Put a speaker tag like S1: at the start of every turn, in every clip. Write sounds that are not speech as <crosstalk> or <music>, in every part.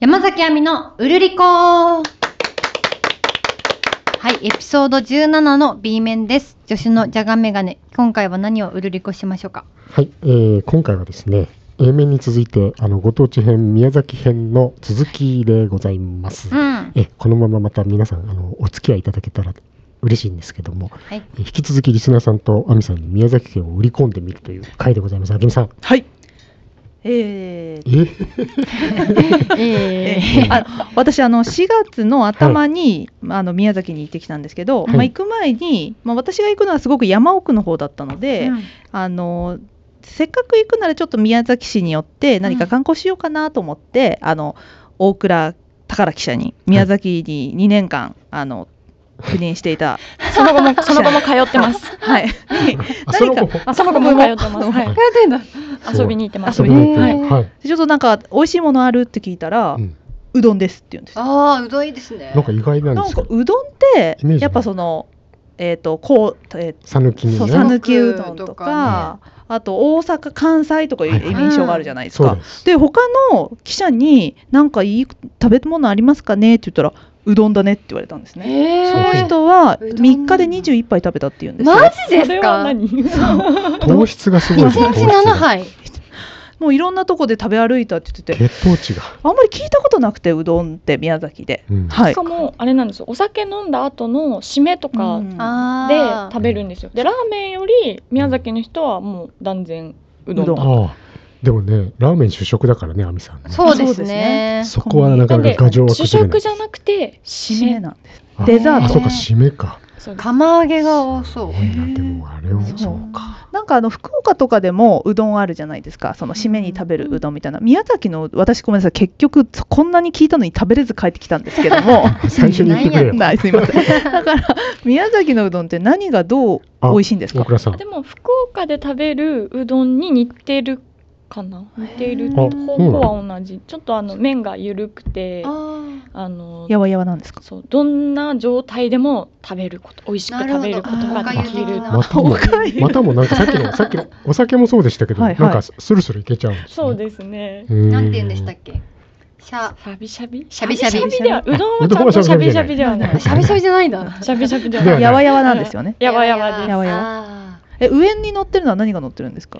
S1: 山崎亜美のうるりこはい、エピソード17の B 面です。助手のじゃがメガネ。今回は何をうるりこしましょうか
S2: はい、えー今回はですね A 面に続いてあのご当地編宮崎編の続きでございます、
S1: うん。
S2: えこのまままた皆さんあのお付き合いいただけたら嬉しいんですけども、
S1: はい。
S2: え引き続きリスナーさんと亜美さんに宮崎県を売り込んでみるという回でございます亜美さん
S3: はい。えー
S2: え
S1: え
S3: えあ私あの4月の頭に、まああの宮崎に行ってきたんですけど、
S2: はい
S3: まあ、行く前に、まあ、私が行くのはすごく山奥の方だったので、あのせっかく行くならちょっと宮崎市によって何か観光しようかなと思って、あの大倉宝記者に宮崎に2年間、あの赴任していた、
S4: <laughs> その後
S3: <laughs>
S4: も、その後も通ってます。
S3: はい、に
S2: あその
S3: 何
S2: 子
S3: か
S4: その後も通ってます。は
S2: はい
S4: い。
S1: てんだ。
S4: 遊びに行ってます。
S2: 遊び
S4: は
S2: に行って、
S4: い。
S2: はい、
S3: ちょっとなんか美味しいものあるって聞いたら、
S2: う
S3: うんどんですって言うんですよ
S1: ああ、うどんいいですね。
S2: なんか意外なん
S3: な
S2: で
S3: ん
S2: す
S3: か
S2: けど
S3: うどんっ
S2: イメー
S3: て
S2: ジ
S3: やっぱそのえっ、とこうえ
S2: 讃岐
S3: ー
S2: に
S3: そう
S1: 讃
S2: ね
S3: 讃岐うどんと
S1: と
S3: か
S1: か
S3: あと大阪関西とかいう
S2: はい
S1: はい
S3: 印象があるじゃないですか。
S2: そうです
S3: で他の記者に「なんかいい食べ物ありますかね?」って言ったら「うどんだね」って言われたんですね。
S4: え
S3: その
S2: う
S4: ー、
S3: 人は
S1: うどんなん
S3: 3
S1: だ
S3: 日で21杯食べたって言うんですよ。
S1: マジで
S4: それ
S1: す
S4: は
S1: か
S4: 何
S2: 糖質がすごい
S1: 一
S2: ですね
S1: 日
S2: 糖質が
S1: 7杯。
S3: もういろんなとこで食べ歩いたって言ってて
S2: 血糖値が、
S3: あんまり聞いたことなくてうどんって宮崎で。
S2: うん
S3: は
S4: し
S3: い
S4: かも、あれなんですよ。お酒飲んだ後の締めとか
S3: うん
S4: で
S1: ああ。
S4: 食べるんですよ。で、ラーメンより宮崎の人はもう断然うどん。
S3: うどん
S2: ああでもねラーメン主食だからね亜美さんね
S1: そうで
S3: そう
S1: す
S3: です
S1: ね
S3: ね。
S2: そこはなか
S4: なん
S2: な
S4: で
S2: か牙城は
S4: 主
S2: 崩れな
S4: 食
S2: い
S4: じゃなくて締
S3: 締め
S4: め。
S3: なんです。
S2: あ
S3: デザート
S2: あそうか締めか
S4: そうです
S1: 釜揚げが多そう。
S2: すごいなでもあれを
S3: そう
S2: そうか
S3: なんかあの福岡とかでもうどんあるじゃないですか、その締めに食べるうどんみたいな、宮崎の私、ごめんなさい、結局、こんなに聞いたのに食べれず帰ってきたんですけども、
S2: <laughs> 最初に言ってくれよ
S3: ないすみませ
S2: <laughs>
S3: ん、だから宮崎のうどんって何がどう美味しいんです
S2: 大
S3: か、
S2: 倉さん
S4: でも、福岡で食べるうどんに似てるかな似てる
S3: へー
S4: 方
S2: あ
S4: 向は同じ。ちょっとあの麺が緩くて、
S1: あ
S4: あの
S3: やわやわなんですか、
S4: そうどんな状態でも食べること美味しく食べること
S3: な
S4: が
S3: るほど
S4: できる
S1: あー
S2: またも
S3: おかゆ
S2: またもなんかさっきのさっきのお酒もそうでしたけど
S3: は
S2: ないん
S3: はい
S2: かスルスルいけちゃうんですね
S4: そうですね
S2: うー
S1: あ。なんて言うんでしたっけシャ、
S4: しゃびしゃび
S1: しゃびしゃび
S4: ではうどん
S2: う
S4: は
S2: ど
S4: ち
S2: ん
S4: ゃ
S2: は
S4: んと
S2: し
S4: し
S2: ゃ
S4: ゃ
S2: び
S4: び
S2: し
S4: し
S2: ゃ
S4: ゃ
S2: び
S4: び
S2: じ
S4: ではない
S1: しゃびしゃびじゃないんだ。
S4: しゃびしゃびでは
S2: では
S4: な
S2: ない
S4: い
S3: やわやわなんですよね、
S4: やばいやばいです
S3: やわや
S1: わ
S3: え上に乗ってるのは何が乗ってるんですか、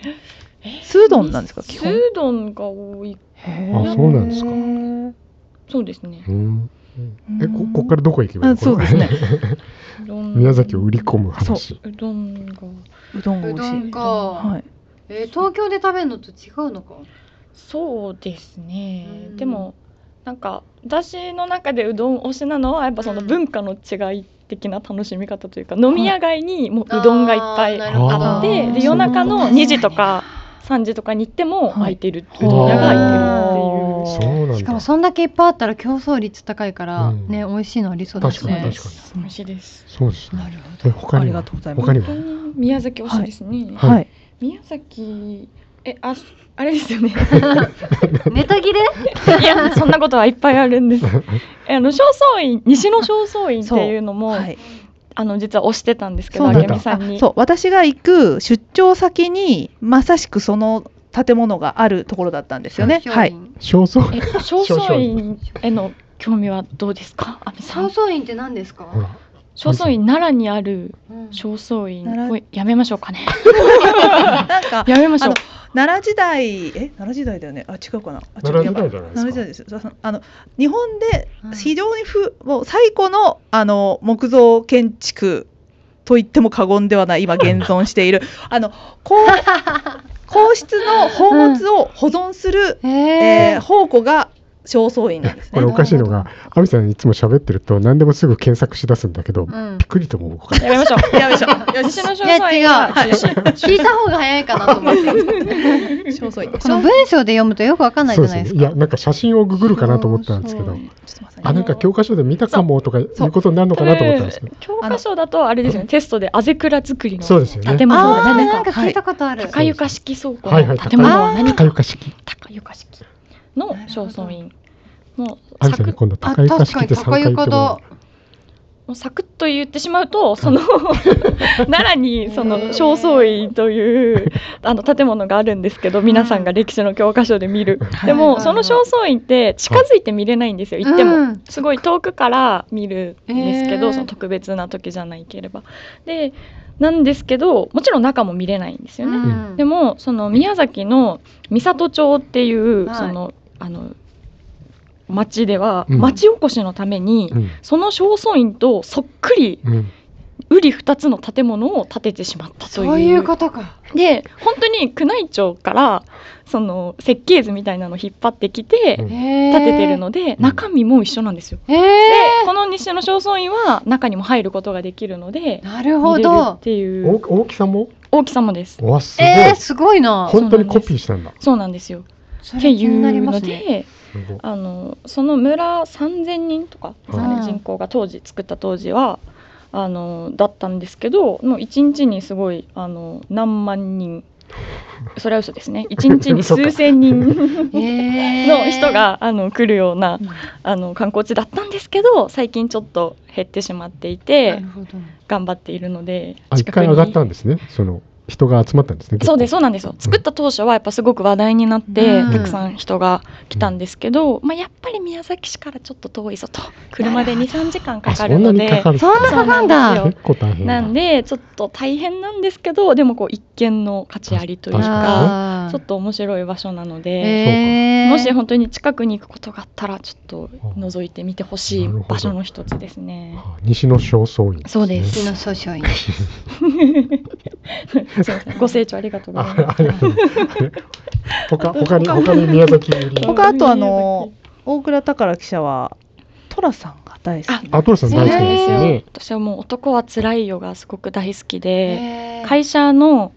S4: え
S3: スードンなんですか基
S4: ス
S3: 本
S4: ードンが多い
S2: あそうなんですか
S4: そうですね
S2: うーんえここっからどこ行けばいい
S3: あ
S2: の
S3: そうですね、
S4: うどん
S2: 宮崎を売り込む話
S4: うどんが
S3: うどんが
S1: う
S3: 美
S1: ど
S3: 味し
S1: ん
S3: い。
S1: か、
S3: はい、
S1: えー東京で食べるのと違うの
S4: <laughs>
S1: か
S4: そうですね
S1: うん
S4: でもなんか私の中でうどん推しなのはやっぱその文化の違い的な楽しみ方というか飲み屋街にもううどんがいっぱい
S1: あーなるほど
S4: あって
S3: あー
S4: で夜
S3: そ
S4: 中
S3: う
S4: の
S3: だね
S4: 2時とか3時とかに行って
S3: は
S4: も
S3: い
S4: 空いてるう
S2: ー
S4: どん屋が空いてる
S3: は
S4: っていう
S3: い
S2: そうなん
S1: しか
S2: だ
S1: もそんだけいっぱいあったら競争率高いから、
S2: うん
S1: ね美味しいのありそうです
S2: 確か
S1: ね
S2: に確かに
S4: 美味しいです
S2: そうです
S1: な
S2: ね
S1: るほ
S2: え
S1: ど
S2: 他
S3: あ
S2: に
S3: りが
S2: は
S3: とうございます
S2: 他。には
S4: 本当に宮崎推しですね、
S2: はい
S3: はい、
S4: 宮崎えああれですよ <laughs> ね
S1: ネタ切れ
S4: いやそんなことはいっぱいあるんですえあの正倉院西の正倉院っていうのも
S3: はい、
S4: あの実は推してたんですけど
S2: そう
S4: あ
S2: なん
S4: け
S2: だ
S4: みさんに
S3: あそう私が行く出張先にまさしくその建物があるところだったんですよね。はい。
S2: 焦燥
S4: え正倉院への興味はどうですか亜美さ
S1: 競
S4: ん
S1: 争員って何ですか
S2: ほ、ら
S4: 正倉院奈良にある
S1: うん
S4: 正倉院
S3: 奈良
S4: これやめましょうかね
S3: なんか
S4: やめましょう
S3: 奈良時代え奈良時代だよねあ違うかなあちょっと
S2: 奈良
S3: や
S2: 時
S3: ばい
S2: 代じゃないですか
S3: 奈良時代ですそうそうあの日本で
S1: うん
S3: 非常にふ、もう最古のあの木造建築と言っても過言ではない今現存しているあの皇皇室の宝物を保存する、
S1: <laughs> えー
S3: えー宝庫が正倉院なんです
S2: こ
S3: ね
S2: れ。おかしいのが亜美さんいつも喋ってると何でもすぐ検索しだすんだけど
S1: うん
S2: ピクリとも動かない
S4: やめましょう
S3: やめましょう
S4: 西の正倉院はい
S1: や違聞いた方が早いかなと思
S4: <laughs>
S1: って
S3: 正倉院
S1: この文章で読むとよくわかんないじ
S2: そう
S1: ゃ
S2: で
S1: ないですす
S2: ね。い
S1: か
S2: や、なんか写真をググるかなと思ったんですけ
S1: そう
S2: ど
S1: そ、
S3: ちょっと待ってくださ
S2: あ、
S3: いね
S2: なんか教科書で見たかもとかいうことになるのかなと思ったんですけど。
S4: 教科書だとあれですよねテストであぜくら作りの
S2: そうですよね
S4: 建物
S1: あ
S4: が
S1: ー
S4: 何
S1: なん
S4: か
S1: か聞いたことある、
S4: 高床式倉庫
S2: はいはい
S4: の建物は何
S2: 高
S4: か
S2: 床式。
S4: 高床式の正倉院の
S2: あみさんね、
S4: 作
S2: 今度
S1: あ
S2: 高床
S1: 確か
S2: 式
S1: に
S2: って3
S1: 高
S2: 回言って
S1: 床
S2: も
S1: だ
S4: もうサクッと言ってしまうとその <laughs> 奈良にその正倉院というあの建物があるんですけど皆さんが歴史の教科書で見る
S3: はい
S4: で
S5: は
S4: も
S5: い
S4: その正倉院って近づいて見れないんですよ行って
S1: う
S4: も
S1: ん
S4: すごい遠くから見るんですけ
S5: へ
S4: ど
S5: ー
S4: その特別な時じゃないければ。でなんですけどもちろん中も見れないんですよね。
S1: うん
S4: でもその宮崎の三郷町っていう、
S5: はい
S4: そのあの町では、
S2: うん
S4: 町おこしのために、
S2: うん
S4: その正倉院とそっくり
S2: うん
S4: 瓜二つの建物を建ててしまったという
S5: そういうことか。
S4: で本当に宮内庁からその設計図みたいなのを引っ張ってきて
S2: うん
S5: 立
S4: 建ててる。ので、
S2: うん
S4: 中身も一緒なんですよ。
S5: へ
S4: で
S5: え。
S4: この西の正倉院は中にも入ることができるので
S5: なるほ
S4: 見れるっ
S5: ど。
S4: ていう
S2: 大き大きさも
S4: 大きさもです。
S2: わすごい、
S5: えー、すごいな。
S2: 本当にコピーしたんだ
S4: そうなんですよ。
S5: そ
S4: って
S5: れ気
S4: い
S5: になり
S4: う
S5: ま
S4: の
S5: す
S4: で、
S5: ね。
S2: すごい
S4: あのその村3,000人とか、
S2: うん
S4: あれ人口が当時作った当時はあのだったんですけどもう1日にすごいあの何万人それは嘘で
S2: <laughs>
S4: すね1日に数千人
S5: へー
S4: の人。があの来るようなあの観光地だったんですけど最近ちょっと減ってしまってい
S5: な
S4: て
S5: るほど。
S4: 頑張っているので
S2: あ一回上がったんですねその人が集まったんですね結構
S4: そうですそうなんですよ作った当初はやっぱすごく話題になって、
S5: うん
S4: たくさん人が来たんですけど、まあ、やっぱり宮崎市からちょっと遠いぞと車で23時間か
S2: あ
S4: か
S2: そ
S4: る
S2: んな
S4: の
S2: に
S4: で
S2: かかる
S5: そんなかかん
S4: そう
S5: だ。
S4: なんです
S2: 結構大変だ
S4: なんでちょっと大変なんですけどでもこう一見の価値ありという
S2: 確
S4: か
S5: あー
S4: ちょっと面白い場所なので、
S5: へー
S4: もし本当に近くに行くことがあったらちょっと覗いてみてほしい
S2: なるほど
S4: 場所の一つですね。
S2: あ西の正倉院
S4: そうで
S2: <laughs>
S5: うち
S4: す。
S5: の総書院。
S4: すいませんご清聴ありがとうございます。
S2: あありがとうございます他他に他に宮崎より
S3: 他あとあの大倉宝記者は寅さんが大好き
S2: アトラさん
S4: そう
S2: 大好き
S4: な
S2: なんん
S4: で
S2: ですす
S4: よ
S2: よね。
S4: 私はもう男は辛いよがすごく大好きで、
S5: へー
S4: 会社の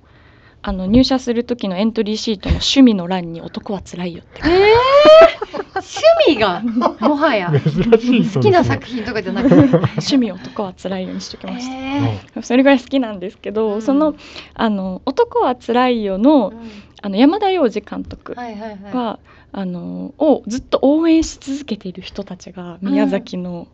S4: あの入社する時のエントリーシートの趣味の欄に男は辛い
S5: <laughs>
S4: よって。
S5: えー、趣味がもは
S4: <laughs>
S5: や
S2: 珍しい
S5: 好きな作品とかじゃなくて、
S4: 趣味男は辛いよにしときまし
S5: えー
S2: 品
S4: た。それぐらい好きなんですけど、
S5: うん
S4: そのあの男は辛いよ
S5: う
S4: の
S5: ん
S4: あの山田洋次監督が、
S5: はいはいはい、
S4: あのをずっと応援し続けている人たちが宮崎の、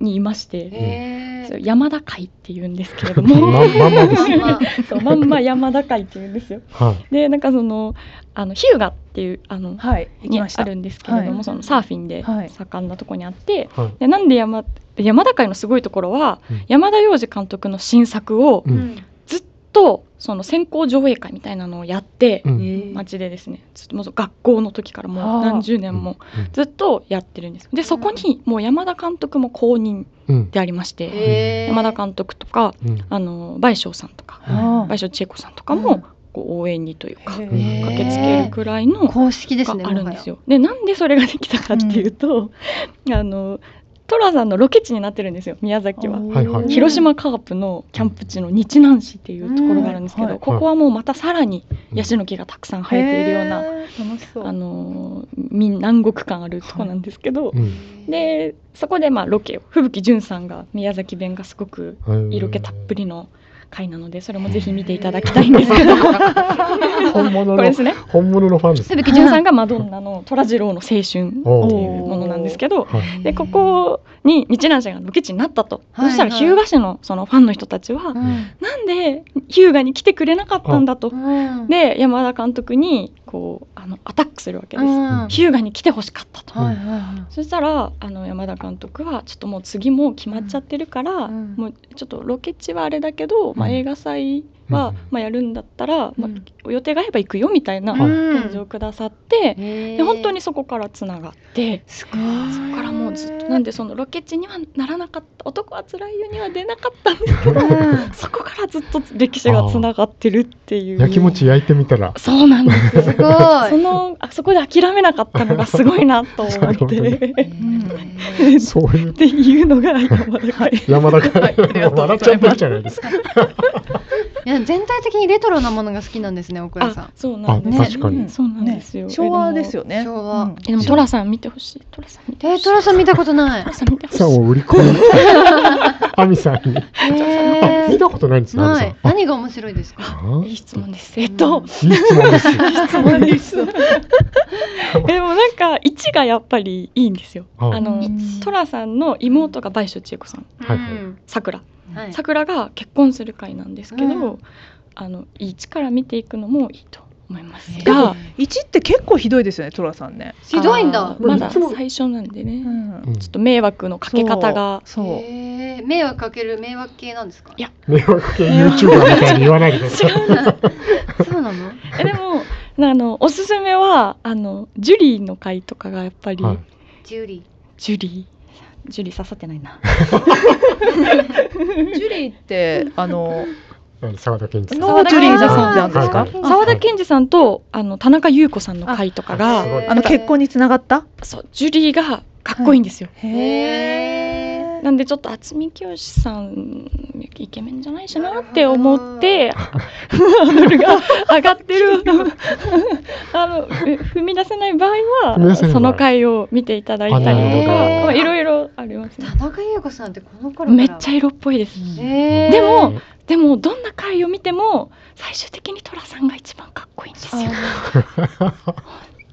S4: にいまして、
S5: え
S4: そう
S5: ー
S4: 山田会って言うんですけれど
S2: ま
S4: も、
S2: まんまです。
S5: まあ
S4: そうまんま山田会って言うんですよ。
S2: はい。
S4: でなんかそのあの日向っていうあの、
S3: はい行き
S4: に
S3: ました
S4: あるんですけれども、
S5: はい
S4: そのサーフィンで
S3: はい
S4: 盛んなとこにあって、
S2: はい。
S4: でなんで山山田会のすごいところは、
S2: うん
S4: 山田洋次監督の新作を
S2: う。
S5: うんん
S4: ずっとその先行上映会みたいなのをやって、
S2: う
S5: え
S2: ん。
S5: ー
S4: 街でですねずっともう学校の時からも
S3: あ
S4: う
S3: ー
S4: 何十年もずっとやってるんですでそこにもう山田監督も公認
S2: うん。
S4: でありまして、
S5: えー
S4: 山田監督とか
S2: うん。
S4: あの倍賞さんとか
S3: あー
S4: 倍賞千恵子さんとかもこう応援にというか、
S3: へ
S2: ー
S4: 駆けつけるくらいの
S5: 公式ですね
S4: があるんですよ。でなんでそれができたかっていうと、あのトラさんのロケ地になってるんですよ宮崎は。
S2: はいはい
S5: うん
S4: 広島カープのキャンプ地の日南市っていうところがあるんですけ
S3: う
S4: ど、
S3: んはい
S4: ここはもうまたさらにヤシの木がたくさん生えているような、
S3: へー楽しそう
S4: あの民南国感あるとこなんですけど、
S2: うん。
S4: でそこでまあロケを吹雪純さんが宮崎弁がすごく
S2: うん
S4: 色気たっぷ。りの回なのでそれもぜひ見ていただきたいんですけど <laughs>
S2: 本物の
S4: これですね
S2: 本物のファンですね。
S4: 吹雪純さんがマドンナの虎次郎の青春っ
S2: <laughs>
S4: ていうものなんですけど
S2: はい。
S4: でここに日南市がロケ地になったと、
S5: はい
S4: そしたら
S5: はい
S4: 日向市のそのファンの人たちは、
S5: うん
S4: なんで日向に来てくれなかったんだと、
S5: うん
S4: で山田監督にこうあのアタックするわけ
S5: う
S4: です、
S5: んはい
S4: 日向に来てほしかったと。
S5: はいは
S4: そしたらあの山田監督はちょっともう次もう決まっちゃってるから、
S5: うん
S4: もうちょっとロケ地はあれだけど、まあ、
S2: うん
S4: 映画祭は、
S2: うん
S4: まあ、やるんだったら、ま
S5: うん
S4: あ、予定があれば行くよみたいない返事をくださって、
S5: で
S4: で本当にそこからつながって。
S5: すご
S4: そ
S5: い
S4: こからもうずっとなんでそのロケ地にはならなかった男は辛いよには出なかったんですけど
S5: うん
S4: <laughs> そこからずっと歴史がつながってるっていう
S2: 焼きもち焼いてみたら。
S4: そうなんですよ
S5: すご
S4: そ
S5: い
S4: のあそこで諦めなかったのがすごいなと
S2: <laughs>
S4: 思
S2: な
S4: っ
S2: るほど
S4: て
S5: えー
S2: そういう
S4: っていうのが山田会
S2: 山田
S3: はいあ
S2: 君
S3: りがとうございます
S2: 笑っちゃってるじゃないですか。
S1: いや全体的にレトロなものが好きなんですね、奥田さん。
S4: あそうなんです
S2: あ確かに
S4: うんそうなんですよ、
S3: ね昭和です
S4: よ
S3: よね
S1: 昭和
S3: うん
S4: でもトラさん見てほしいトラさん見て
S1: え
S4: ほ
S1: ー、
S4: しい
S1: トラさん見たことない
S4: ト。ラさん見てほしい
S2: さんを売り込むアミさんに
S1: え
S2: あ見
S1: ー、
S2: たことないんですねアミ
S1: な
S2: さん
S1: い。何が面白いですか。
S2: あ
S4: いい質問ですえっと、
S1: うん
S2: いい質問ですよ
S4: 質問ですでもなんか1がやっぱりいいんですよ
S2: あ
S4: あの
S3: 一
S4: トラさんの妹が倍賞千恵子さん
S2: はい
S1: うん
S4: さくら
S1: はい
S4: さくらが結婚する回なんですけ
S1: う
S4: ど、
S1: ん
S4: あの1から見ていくのもいいと思います
S3: えー
S4: が、
S3: 1って結構ひどいですよねトラさんね、
S1: ひどいん
S4: あ
S1: だ
S4: ー。まだ
S2: いつも
S4: 最初なんでね、ちょ
S2: うん
S4: っと迷惑のかけ方が
S3: そうそう
S1: えー、迷惑かける迷惑系なんですか。
S4: いや
S2: 迷惑系 YouTuber みたいに言わないでください
S1: そうなの。
S4: えでもあのおすすめはあのジュリーの回とかがやっぱり、
S2: はい
S1: ジュリ
S4: ジュリージュリー刺さってないな
S3: ジュリーってあの
S2: 何沢田研二さん
S3: ノージュリーださんってあるんです
S2: は
S3: か
S2: いはい
S4: 沢田研二さんとあの田中優子さんの回とか
S1: ー。
S4: が
S2: すごい
S1: えー
S3: あの結婚につながった
S4: そうジュリーがかっこいいんですよ、
S1: へー
S4: なんでちょっと渥美清さんイケメンじゃないしなって思ってハードルが上がってるあのふ踏み出せない場合
S2: 踏み出せない場合
S4: はその回を見ていただいたりと
S2: あ
S4: か
S2: なるほど
S4: まあいろいろありますね
S1: 田中優子さんってこの頃から
S4: めっちゃ色っぽいです、
S1: えー、
S4: でもでもどんな回を見ても最終的に寅さんが一番かっこいいんですよ。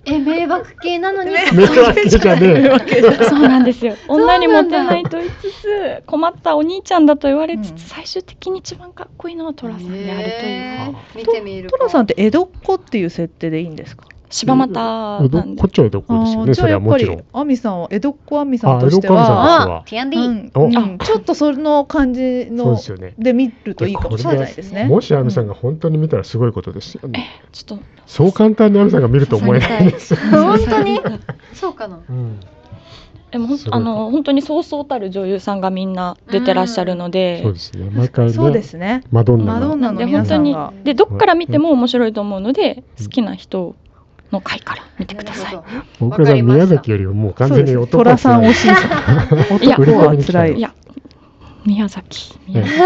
S1: え迷惑系なの
S4: <laughs>
S1: に
S2: 迷惑系じゃねえ
S1: <laughs>
S4: そうなんですよ。
S1: うな
S4: 女
S1: んだ
S4: にモテないと言いつつ困ったお兄ちゃんだと言われつつ、
S3: うん
S4: 最終的に一番かっこいいのは寅さんであるという
S1: えー
S2: あ
S1: 見てみる
S3: トラさんって江戸っ子っていう設定でいいんですか
S4: 柴又
S2: えど
S4: なんで
S2: こっちは江戸っ子ですよね
S3: じゃ
S2: そ
S3: あ
S2: れ
S3: や
S2: は
S3: っぱ
S2: もちろ
S3: り
S2: ん
S3: アミさんは江戸っ子アミさんとして
S2: あ江戸っ子アミさん
S3: は
S1: あ T&D、
S3: うん
S2: お
S3: うんちょっとその感じ
S2: そう
S3: の
S2: ですよね
S3: で見るといいかもしれないですね
S2: もしアミさんが本当に見たらすごいことですよね
S4: ちょっと
S2: そう簡単にアミさんが見ると思えないですよ
S1: 本当にそうかな
S2: うん
S4: <laughs> でもほん
S2: すごい
S4: あの本当にそうそうたる女優さんがみんな出てらっしゃるので
S2: そう、ですね毎回
S3: そうで
S2: ね
S3: すね
S2: マドンナ
S3: マド
S2: が
S3: ンナの
S4: で
S3: 皆
S4: 本
S3: さ
S4: 当
S3: ん
S4: に
S3: が
S4: でどっから見ても面白いと思うので
S2: うん
S4: 好きな人の回から見てください。
S2: 僕
S1: わ
S2: ら
S1: か
S2: さ
S1: り
S2: ん
S1: ました
S2: 宮崎よりももう完
S3: そう
S2: 全
S3: で
S2: に
S3: す
S2: 男
S3: ト
S2: が
S3: ラさん
S2: 強い
S3: 推し男はつら
S2: い
S4: い
S3: い
S4: や宮崎宮
S3: <laughs>
S4: 崎、
S2: え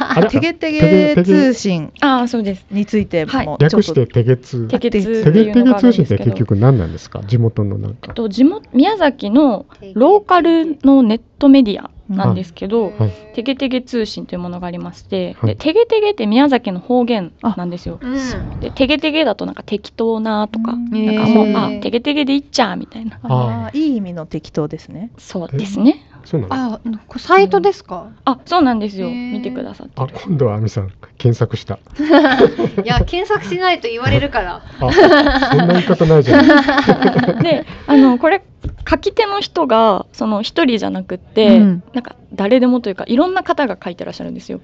S2: あれ
S3: テゲテゲ通信
S4: ああそうです。
S3: についてもちょ
S2: 略
S3: っ
S2: し
S3: と
S2: てテゲツ
S4: テ
S2: テ
S4: ゲツって
S2: ゲテ
S4: い
S2: ゲ
S4: うのがある
S2: 通信
S4: んで
S2: って
S4: すけど
S2: 結。局何なんですか地元のなん
S4: えっ
S2: か
S4: と地元宮崎のローカルのネットメディアなんですけど、
S2: はい
S4: てげてげ通信というものがありまして、
S2: はい
S4: でてげてげって宮崎の方言なんですよ。
S1: うん
S4: でてげてげだとなんか適当なとか、
S3: うん
S4: なんかもう、
S1: へー
S4: あてげてげでいっちゃーみたいな。
S3: あーいい意味の適当ですね
S4: そうですね。
S2: そうなの
S1: あこサイトですか、
S4: あそうなんですよ。
S1: へー
S4: 見てくださって
S2: あ
S4: る。
S2: 今度はアミさん検索した
S1: いや検索しないと言われるから
S3: <laughs>
S2: あそんな言い方ないじゃん
S4: であのこれ書き手の人がその一人じゃなくって、
S1: うん
S4: なんか誰でもというかいろんな方が書いてらっしゃるんですよ。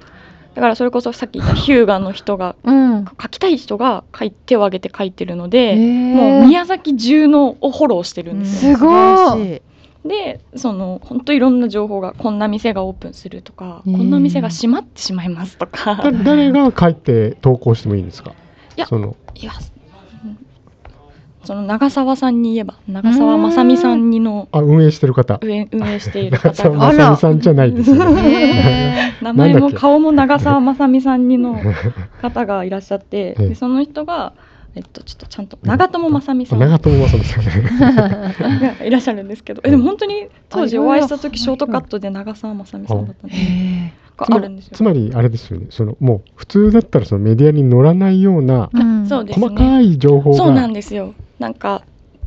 S4: だからそれこそさっき言ったヒューガの人が
S1: うん
S4: 書きたい人が書い手を挙げて書いてるので、も
S1: も
S4: う宮崎中のをフォローしてるんですよ、
S1: すごい
S3: い
S4: でその本当いろんな情報がこんな店がオープンするとか、
S1: うん
S4: こんな店が閉まってしまいますと
S2: <laughs>
S4: か
S2: だ誰が書いて投稿してもいいんですか
S4: いや
S2: その
S4: いやうんその長澤さんに言えば長澤まさみさんにの
S2: あ運営してる方
S4: 運営運営している
S2: 長
S4: 方
S2: 澤 <laughs>
S4: が
S2: まさみさんじゃないですよね
S1: へ
S4: 名前
S2: なんだっ
S4: も
S2: け
S4: 顔も長澤まさみさんにの方がいらっしゃってでその人が、えっと、ちょっとちゃんと長友まさみさん
S2: <laughs> 長友まさみさんね
S4: がいらっしゃるんですけど、えでも本当に当時お会いした時ショートカットで長澤まさみさんだったんで、
S1: え
S4: があるんですよ
S2: <laughs> つ。まりあれですよねそのもう普通だったらそのメディアに載らないような
S1: うん
S4: そうですね。
S2: 細かい情報が
S4: そうなんですよ。なんか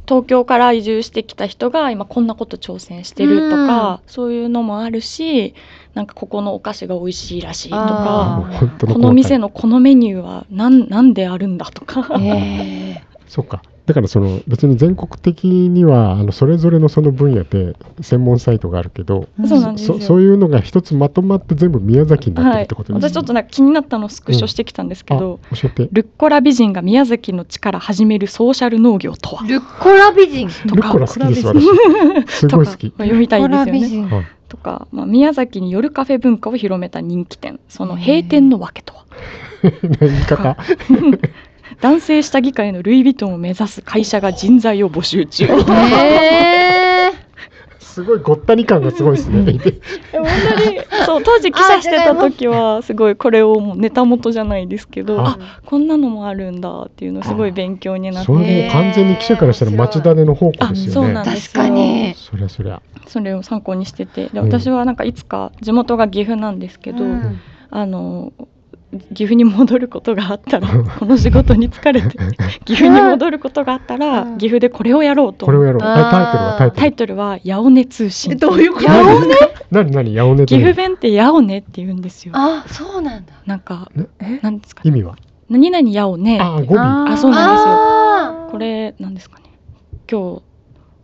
S4: 東京から移住してきた人が今こんなこと挑戦してるとか、そういうのもあるし、なんかここのお菓子が美味しいらしいと
S2: も
S4: か、
S2: う本当の細
S4: この
S2: かい
S4: 店のこのメニューはなんなんであるんだとか、
S1: え
S2: そうか。だからその別に全国的にはあのそれぞれのその分野で専門サイトがあるけど、
S1: ー
S4: そうなんですよ
S2: そそういうのが一つまとまって全部宮崎になってるってことです
S4: 私
S2: ね
S4: ちょっとなんか気になったのをスクショしてきたんですけど、
S2: あ教えて。
S4: ルッコラ美人が宮崎の地から始めるソーシャル農業とは
S1: ルッコラ美人
S2: <laughs> ルッコラ好きです私。す
S4: <laughs> と
S2: ごい
S4: か
S2: 好き。
S4: 読みたいですよね。
S1: 人
S4: <laughs>
S2: はい
S4: とか、まあ、宮崎に夜カフェ文化を広めた人気店その閉店の訳とは
S2: 言い方。
S4: 男性下着界のルイ・ヴィトンを目指す会社が人材を募集中
S1: え
S2: すごいごったに感がすごいですね。
S4: でも本当にそう当時記者してた時はすごいこれをもうネタ元じゃないですけど
S2: あ
S4: あこんなのもあるんだっていうのすごい勉強になって
S2: それもう完全に記者からしたら町田ねの方向ですよ
S4: あそうなん
S2: ね。
S4: です
S5: 確かに。
S2: そりゃそりゃ。
S4: それを参考にしててで
S2: うん
S4: 私はなんかいつか地元が岐阜なんですけど、
S5: うん
S4: あの岐阜に戻ることがあったらこの仕事に疲れて岐阜に戻ることがあったら
S5: うん
S4: 岐阜でこれをやろうと
S2: これをやろう。
S5: あー
S2: あタイトルはタ
S4: タ
S2: イ
S4: イ
S2: ト
S4: トルは「八尾根通信」
S3: どういうこと
S5: やろうね。
S2: ル。なになに、やおね
S4: 岐阜弁って「八尾根」って言うんですよ
S5: あ、そうなんだ。
S4: なんか
S3: え
S4: なんですか
S2: 意
S4: ね
S2: 味は。
S4: 何々八尾根
S2: ああ、語尾。
S4: あそうなん
S5: あ
S4: これなんですかね今日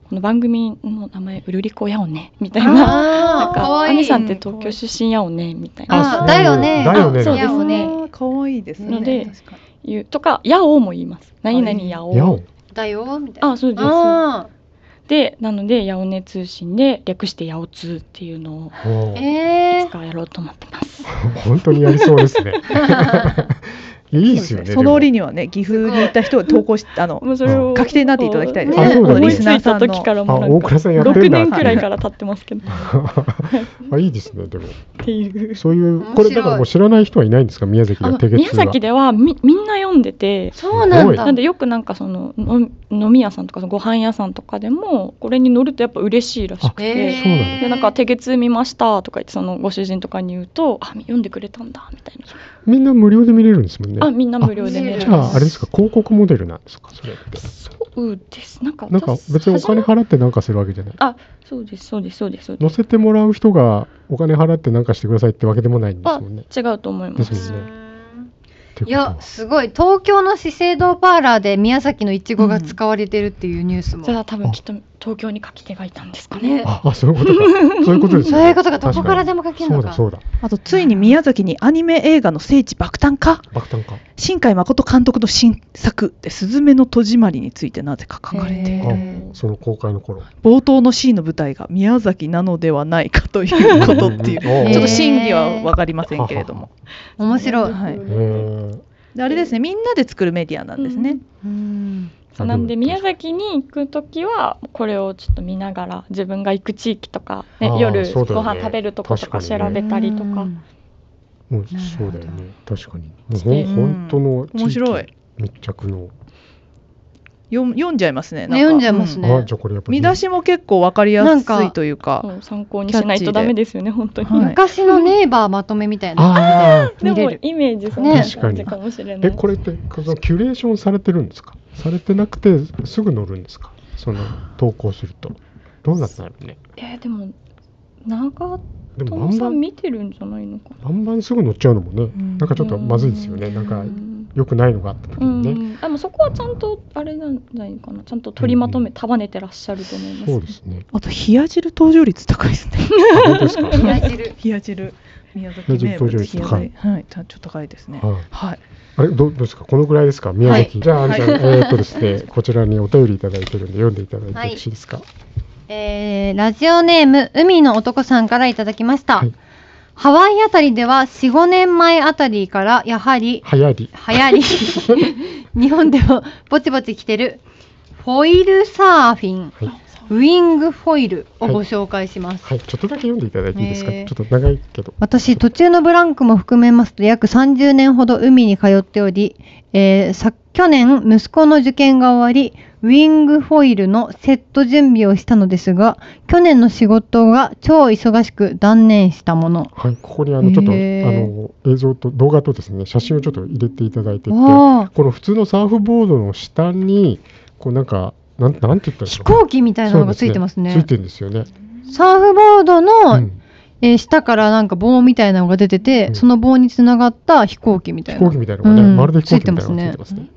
S4: この番組の名前「うるりこやおね」みたい
S5: ー
S4: な
S5: あ
S4: なん
S5: ー、
S4: か
S5: かわ
S4: あ
S5: い
S4: み
S5: い。
S4: さんって東京出身やおね」みたいな
S2: あ
S5: あ、だよね。
S2: だよね
S5: あそうだ
S4: だよ
S5: よね。
S3: ね。可愛いです
S4: の
S3: ね。
S4: で
S5: 確かに
S4: 言うとか「やお」も言います「何々やお」
S2: やお。
S5: だよみたいな。
S4: あそうです
S5: あ
S4: でなので「やおね通信」で略して「やお通」っていうのを
S2: お
S5: ー
S2: ー
S5: えー
S4: いつかやろうと思ってます、
S2: 本当にやりそうですね。いいですよね。
S3: その折にはね、岐阜にいた人が投稿し、あの
S4: もうそれを
S3: 確定になっていただきたいです
S2: あ
S3: ね。
S2: そう
S3: こ
S2: だね
S3: の
S4: 思
S3: リ
S4: いつ
S3: スナー
S4: い
S3: さ
S4: た
S3: んの
S4: 時から
S2: でも。
S4: も
S2: あ、
S4: な
S2: 大
S4: んか
S2: 倉さんやって
S4: 6
S2: んだ。
S4: 年くらいから経ってますけど
S2: あ、いいですね。でも、
S4: っていう
S2: そういう、
S5: 面白い
S2: これだからもう知らない人はいないんですか、宮崎
S4: あ
S2: の
S4: の
S2: 手月は。
S4: 宮崎ではみみんな読んでて
S5: そうなんだ。
S4: なんでよくなんかそのの飲み屋さんとかそのご飯屋さんとかでもこれに乗るとやっぱ嬉しいらしくて、
S5: えー
S2: そうなんだ
S4: でなんか「手月見ました」とか言ってそのご主人とかに言うと「あ読んでくれたんだ」みたい
S2: みんな無料で見れるんですもんね
S4: な「あ。みんな無料で見れ
S5: あ
S4: る
S2: じゃあ、あれですか、広告モデルなんですか、それって。
S4: そうですなんか
S2: なんか
S4: 私
S2: 別にお金
S4: 初
S2: 払ってなんかするわけじゃない。
S4: めそうですそうですそうですそうで
S2: 乗
S4: す
S2: せてもらう人がお金払ってなんかしてくださいってわけでもないんですもんね。
S4: 違うと思いま
S2: ですすもんね。って
S5: い
S2: ことは
S5: や、すごい。東京の資生堂パーラーで宮崎のいちごが使われてるっていうニュースも。
S4: それは多分きっと東京に書き手がいたんですかね
S5: ね。
S2: あ、あそういうことか。そういうことです
S5: そ
S2: よね。
S5: ういうことがどこからで
S2: も
S5: も書けるのか。
S2: そうだそうだ。
S3: あとついに宮崎にアニメ映画の聖地爆誕か。
S2: 爆誕か。
S3: 新海誠監督の新作で「すずめの戸締まり」についてなぜか書かれている
S5: へー
S2: あ、その公開の
S5: <laughs>
S2: 頃。
S3: 冒頭のシーンの舞台が宮崎なのではないかということっていうち
S2: うん
S5: へー
S3: ょっと真偽は分かりませんけれども
S5: 面白い。
S3: はい
S2: へー
S3: であれですねみんなで作るメディアなんですね、
S5: うん。
S4: そうなんで宮崎に行く時はこれをちょっと見ながら自分が行く地域とか、ね
S2: あー
S4: 夜
S2: そうだよ
S4: ご
S2: ね
S4: 飯食べるとことか
S2: 確か
S4: 調
S2: にね
S4: べたりとか、
S2: もう
S5: なる
S2: そ
S5: ほ
S2: う
S5: ど
S2: だよね。確かに。もう
S4: ス
S2: ほ
S4: ペイ
S2: ん
S4: ン
S2: 本当の地域
S3: 面白い
S2: 密着の。
S3: よ読んじゃいますねなんか
S5: ね読んじゃいますね
S2: あ、じゃあこれやっぱ
S3: うん
S2: り
S3: 見出しも結構分かりやすいというか
S4: そう参考にしないとダメですよね本当に、
S3: はい
S5: 昔のネイバーまとめみたいな。
S2: ああ。
S4: で
S5: 見
S4: も
S5: れる
S4: イメージそんな感じ
S2: ね
S4: かもしれな
S2: え
S4: い、
S2: これってそのキュレーションされてるんですかされてなくてすぐ乗るんですかその投稿するとどうなってなるね
S4: えーでも長
S2: でもバ
S4: 友
S2: ン
S4: さ
S2: バ
S4: ん
S2: ン
S4: 見てるんじゃないのか
S2: バンバンすぐ乗っちゃうのもね
S3: うん
S2: なんかちょっとまずいですよね
S4: う
S2: なんか
S4: うん
S2: 良くないのがあった時
S4: う
S2: にね
S4: ん、でもそこはちゃんとあれなんじゃないかなちゃんと取りまとめ束ねてらっしゃると思います、
S2: そうですね
S3: あと冷や汁登場率高いですね
S2: あ本当ですかはい
S5: 冷や汁。
S3: <laughs> 冷や汁宮崎名物
S2: 冷や
S3: 冷
S2: 汁
S3: や汁
S2: 登場率高い
S3: はいちょっと高いですねはい
S2: あれどうどうですかこのぐらいですか宮崎、じゃあアンちゃん、
S3: はい
S2: えーっとですねこちらにお便りいただいてるんで読んでいただいてよろしいですか、
S5: <laughs> えーラジオネーム海の男さんからいただきました、
S2: はい
S5: ハワイあたりでは45年前あたりからやはり
S2: はやり
S5: 流行り
S2: <laughs>
S5: 日本でもぼちぼち来てるフォイルサーフィン
S2: はい、
S5: ウィングフォイルをご紹介します、
S2: はい、ちょっとだけ読んでいただいていいですか、
S5: えー
S2: ちょっと長いけど
S5: 私途中のブランクも含めますと約30年ほど海に通っており、えーさ去年息子の受験が終わりウィングフォイルのセット準備をしたのですが去年の仕事が超忙しく断念したもの
S2: はい、ここにあのちょっと、
S5: へー
S2: あの映像と動画とですね写真をちょっと入れていただいててこ
S5: わあ
S2: の普通のサーフボードの下にこうなんかなんなんて言ったらいいんです
S5: 飛
S2: か
S5: 行機みたいなのがついてますね
S2: そうでついてるんですよね、
S5: サーフボードの、
S2: うん
S5: えー下からなんか棒みたいなのが出てて、
S2: うん
S5: その棒につながった飛行機みた
S2: 飛
S5: いな
S2: 行機みたいなのがね、
S5: うん
S2: まるで飛行機みたいなのがつ
S5: つい
S2: いて
S5: て
S2: ま
S5: ますす
S2: ね
S5: ね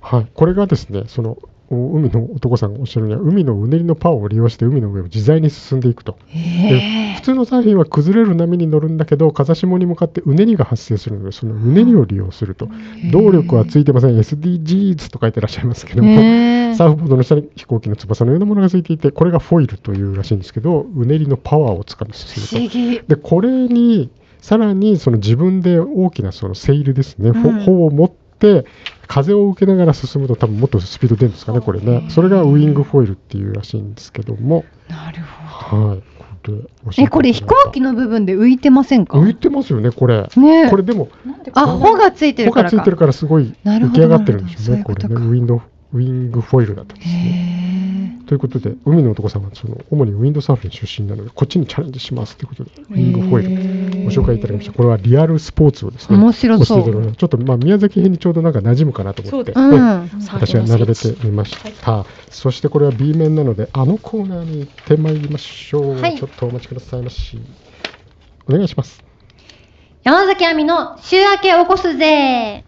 S2: はい、これがですねそのお海の男さんがおっしゃるには海のうねりのパワーを利用して海の上を自在に進んでいくと
S5: へ
S2: 普通のサーフィンは崩れる波に乗るんだけど風下に向かってうねりが発生するのでそのうねりを利用すると
S5: ー
S2: 動力はついてません SDGs と書いてらっしゃいますけども、
S5: へー
S2: サーフボードの下に飛行機の翼のようなものがついていてこれがフォイルというらしいんですけどうねりのパワーをつかみ
S5: 不
S2: 進
S5: 思
S2: む
S5: 議
S2: とでこれにさらにその自分で大きなそのセイルですね、ほ
S3: うん
S2: 帆を持って風を受けながら進むと多分もっとスピード出るんですかねこれねそれがウイングフォイルっていうらしいんですけども
S5: なるほ
S2: はい。これ
S5: えこれ飛行機
S2: の
S5: の部分で浮いてませんか
S2: 浮いてますよね、これ。
S5: ね
S2: これでも、
S4: なんでこん
S5: あ
S4: な
S5: 帆がついて
S2: 帆
S5: るか
S2: が
S5: ら
S2: つい
S5: か
S2: てるからすごい
S5: なる
S2: 浮
S5: ほ
S2: き
S5: ど
S2: 上がってるんでしょうね、
S5: なるほ
S2: こ
S5: どそ
S2: れ
S5: ういうことか
S2: ね。ウィンド、ウィングフォイルだったんですね。
S5: へ
S2: ということで、海の男さんはその主にウィンドサーフィン出身なので、こっちにチャレンジしますということで、ウ
S5: え
S2: ィングフォイル、ご紹介いただきました。これはリアルスポーツをですね、
S5: 面白
S2: 教
S5: そ
S2: えていただきま
S5: う
S2: したちょっとまあ宮崎編にちょうどなんか馴染むかなと思って、
S4: そ
S5: うん
S2: はい
S4: サーフ
S2: 私
S4: ィ
S2: は
S4: ンの聖
S2: 並
S4: 地
S2: べてみました、そしてこれは B 面なのであのコーナーに行ってまいりましょう、
S5: はい
S2: ちょっとお待ちくださいましお願いします
S5: 山崎亜美の週明け起こすぜ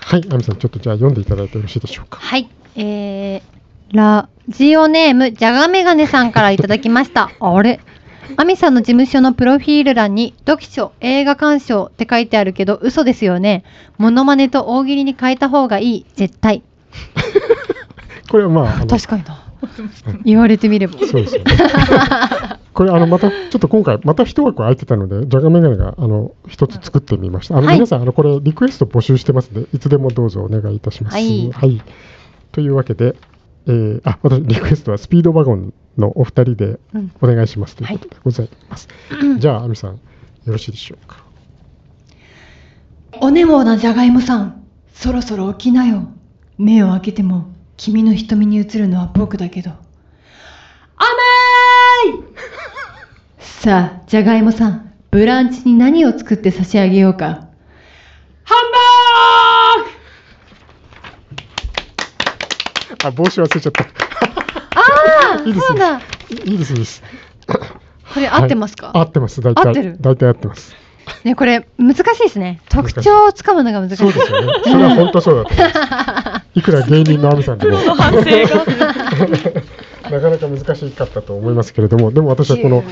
S2: はい亜美さんちょっとじゃあ読んでいただいてよろしいでしょうか
S5: はいえー、ラジオネームじゃがメガネさんからいただきました
S2: <laughs>
S5: あれ亜美さんの事務所のプロフィール欄に読書映画鑑賞って書いてあるけど嘘ですよねモノマネと大喜利に変えた方がいい絶対
S2: これはまああの
S5: 確かにな言われてみれ
S2: <laughs>
S5: ば
S2: そうですよねこれあのまたちょっと今回また一枠空いてたのでじゃがメガネがあの一つ作ってみましたあの、
S5: はい
S2: 皆さんあのこれリクエスト募集してますのでいつでもどうぞお願いいたします
S5: はい
S2: というわけで、えーあ私リクエストはスピードワゴンのお二人で
S5: うん
S2: お願いしますということでございます、じゃあ亜美さんよろしいでしょうか
S5: おねぼうなじゃがいもさん、そろそろ起きなよ。目を開けても、君の瞳に映るのは僕だけど。甘い <laughs> さあ、じゃがいもさん、ブランチに何を作って差し上げようか。ハンバーグ
S2: あ帽子忘れちゃった
S5: あ
S2: いいですね
S5: そうだ。
S2: いいいですいいです
S5: これ合ってますか、
S2: はい合ってます大体
S5: 合ってる
S2: 大体合ってます
S5: ね、これ難しいですね。特徴をつかむのが難しい。
S2: そうです
S5: <laughs>
S2: よね。それは本当そうだと思います。いくら芸人の亜美さんでも。
S4: 反省が
S2: <laughs> なかなか難しかったと思いますけれども、でも私はこの、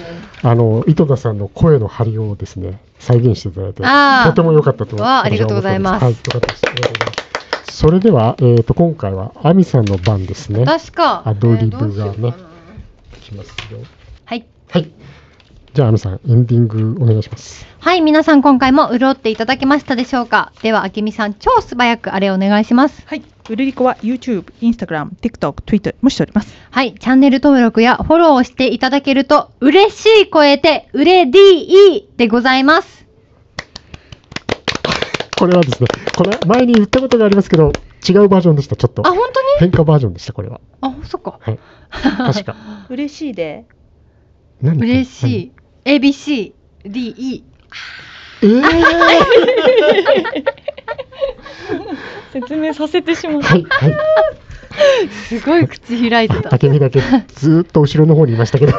S2: あの、井戸田さんの声の張りをですね、再現していただいて、
S5: あー
S2: とても良かったと私
S5: わあ
S2: は思っておりま
S5: ありがとうございます
S2: はい、良かったです。ありがとうございます。それでは、えっ、と、今回は亜美さんの番ですね。
S5: 確か。
S2: アドリブが
S5: えーど
S2: ね
S5: うしようかな
S2: きますよ
S5: はい。
S2: はい。じゃあ、亜美さん、エンディングお願いします。
S5: はい、皆さん今回も潤っていただけましたでしょうかでは、あけみさん、超素早くあれお願いします。
S3: はい、ウルリコは YouTube、Instagram、TikTok、Twitter もしております。
S5: はい、チャンネル登録やフォローをしていただけると嬉しい声で、うれ DE でございます。
S2: これはですね、これ、前に言ったことがありますけど、違うバージョンでした、ちょっと
S5: あ、。本当に
S2: 変化バージョンでした、これは。
S5: あ、そっか。
S2: はい。確か。
S3: 嬉しいで。
S5: <laughs>
S2: 何
S5: 嬉しい。ABC、DE。
S2: えー、
S4: 説明させてしまった
S2: はい、は
S5: すごい口開いて
S2: い。
S5: た。
S2: 竹見だけずーっと後ろの方にいましたけど、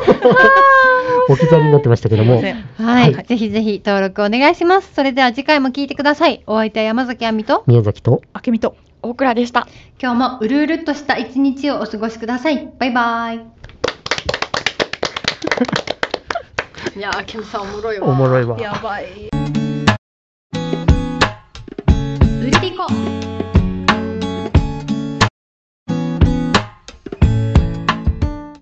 S2: 置き去りになってましたけども、
S3: すいま
S5: はい、
S2: はい
S5: ぜひぜひ登録お願いします。それでは次回も聞いてください。お相手は山崎亜美と、
S2: 宮崎と
S3: あけみと。
S4: 大倉でした
S5: 今日もうるうるっとした一日をお過ごしください。バイバイ。いやー、ケムさんおもろい
S2: おもろいわ。
S3: ばい。
S5: 売れていこう